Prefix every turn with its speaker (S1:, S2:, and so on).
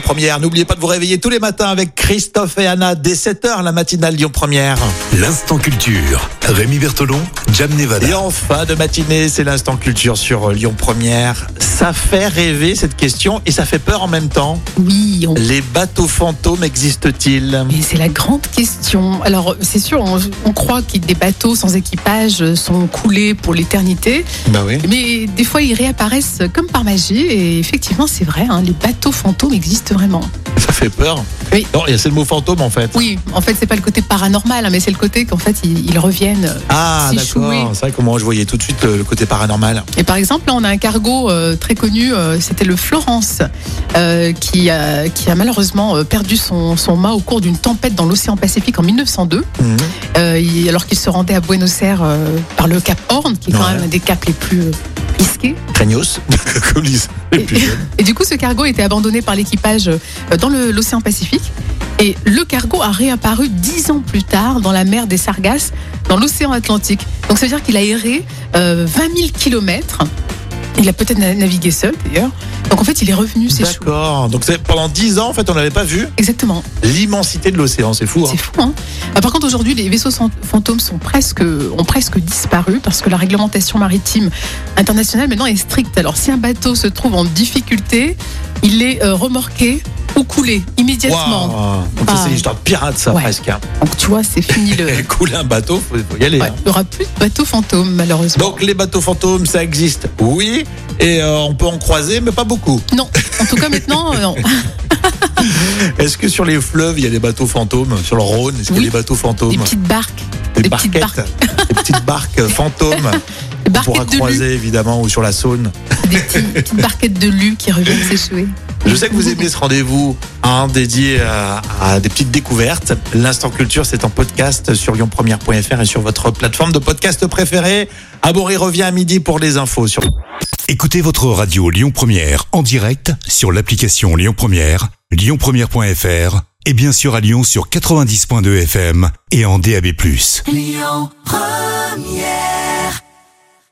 S1: Première, n'oubliez pas de vous réveiller tous les matins avec Christophe et Anna dès 7h, la matinale Lyon Première.
S2: L'instant culture. Rémi Bertolon, Jam Nevada.
S1: Et en fin de matinée, c'est l'instant culture sur Lyon Première. Ça fait rêver cette question et ça fait peur en même temps.
S3: Oui, on-
S1: Les bateaux fantômes existent-ils
S3: mais c'est la grande question. Alors, c'est sûr, on, on croit que des bateaux sans équipage sont coulés pour l'éternité,
S1: Bah oui.
S3: mais des fois, ils réapparaissent comme par magie, et effectivement, c'est vrai, hein, les bateaux fantômes existent vraiment.
S1: Ça fait peur.
S3: Oui.
S1: Non, et c'est le mot fantôme en fait.
S3: Oui, en fait, c'est pas le côté paranormal, hein, mais c'est le côté qu'en fait, ils, ils reviennent.
S1: Ah
S3: Si choué.
S1: d'accord, c'est vrai que moi je voyais tout de suite le, le côté paranormal.
S3: Et par exemple, là, on a un cargo euh, très connu, euh, c'était le Florence, euh, qui, a, qui a malheureusement euh, perdu son, son mât au cours d'une tempête dans l'océan Pacifique en 1902.
S1: Mhm.
S3: Euh, il- alors qu'il se rendait à Buenos Aires euh, par le Cap Horn, qui est quand
S1: Ouais.
S3: même un des caps les plus euh, risqués.
S1: Craignos, comme disent les plus jeunes.
S3: Et du coup, ce cargo était abandonné par l'équipage euh, dans le- l'océan Pacifique. Et le cargo a réapparu dix ans plus tard dans la mer des Sargasses, dans l'océan Atlantique. Donc ça veut dire qu'il a erré euh, 20 000 kilomètres. Il a peut-être na- navigué seul d'ailleurs. Donc en fait, il est revenu, c'est chou.
S1: D'accord, donc c'est- pendant 10 ans en fait on n'avait pas vu
S3: Exactement.
S1: l'immensité de l'océan, c'est fou. hein.
S3: C'est fou, hein Ah, Par contre, aujourd'hui, les vaisseaux sant- fantômes sont presque, ont presque disparu parce que la réglementation maritime internationale maintenant est stricte. Alors, si un bateau se trouve en difficulté, il est euh, remorqué ou coulé immédiatement.
S1: Waouh. Donc ça,
S3: Ah.
S1: c'est une histoire de pirate ça
S3: Ouais.
S1: presque. hein.
S3: Donc, tu vois, c'est fini le.
S1: Eh, Couler un bateau, faut, faut y aller.
S3: Ouais,
S1: hein.
S3: il n'y aura plus de bateaux fantômes, malheureusement.
S1: Donc les bateaux fantômes, ça existe, oui, et euh, on peut en croiser, mais pas beaucoup.
S3: Non, en tout cas, maintenant, euh, non.
S1: Est-ce que sur les fleuves, il y a des bateaux fantômes Sur le Rhône, est-ce qu'il y a
S3: Oui.
S1: des bateaux
S3: des
S1: fantômes
S3: petites barques. des petites
S1: des petites barques euh, fantômes
S3: Des
S1: qu'on pourra
S3: barquettes de
S1: croiser évidemment ou sur la Saône.
S3: lu. Des petites, petites barquettes de lu qui reviennent s'échouer.
S1: Je sais que vous aimez ce rendez-vous hein, dédié à, à des petites découvertes. L'instant culture, c'est en podcast sur lyonpremière.fr et sur votre plateforme de podcast préférée. Abory revient à midi pour les infos sur
S2: Écoutez votre radio Lyon Première en direct sur l'application Lyon Première, lyonpremière.fr et bien sûr à Lyon sur 90.2 FM et en DAB+.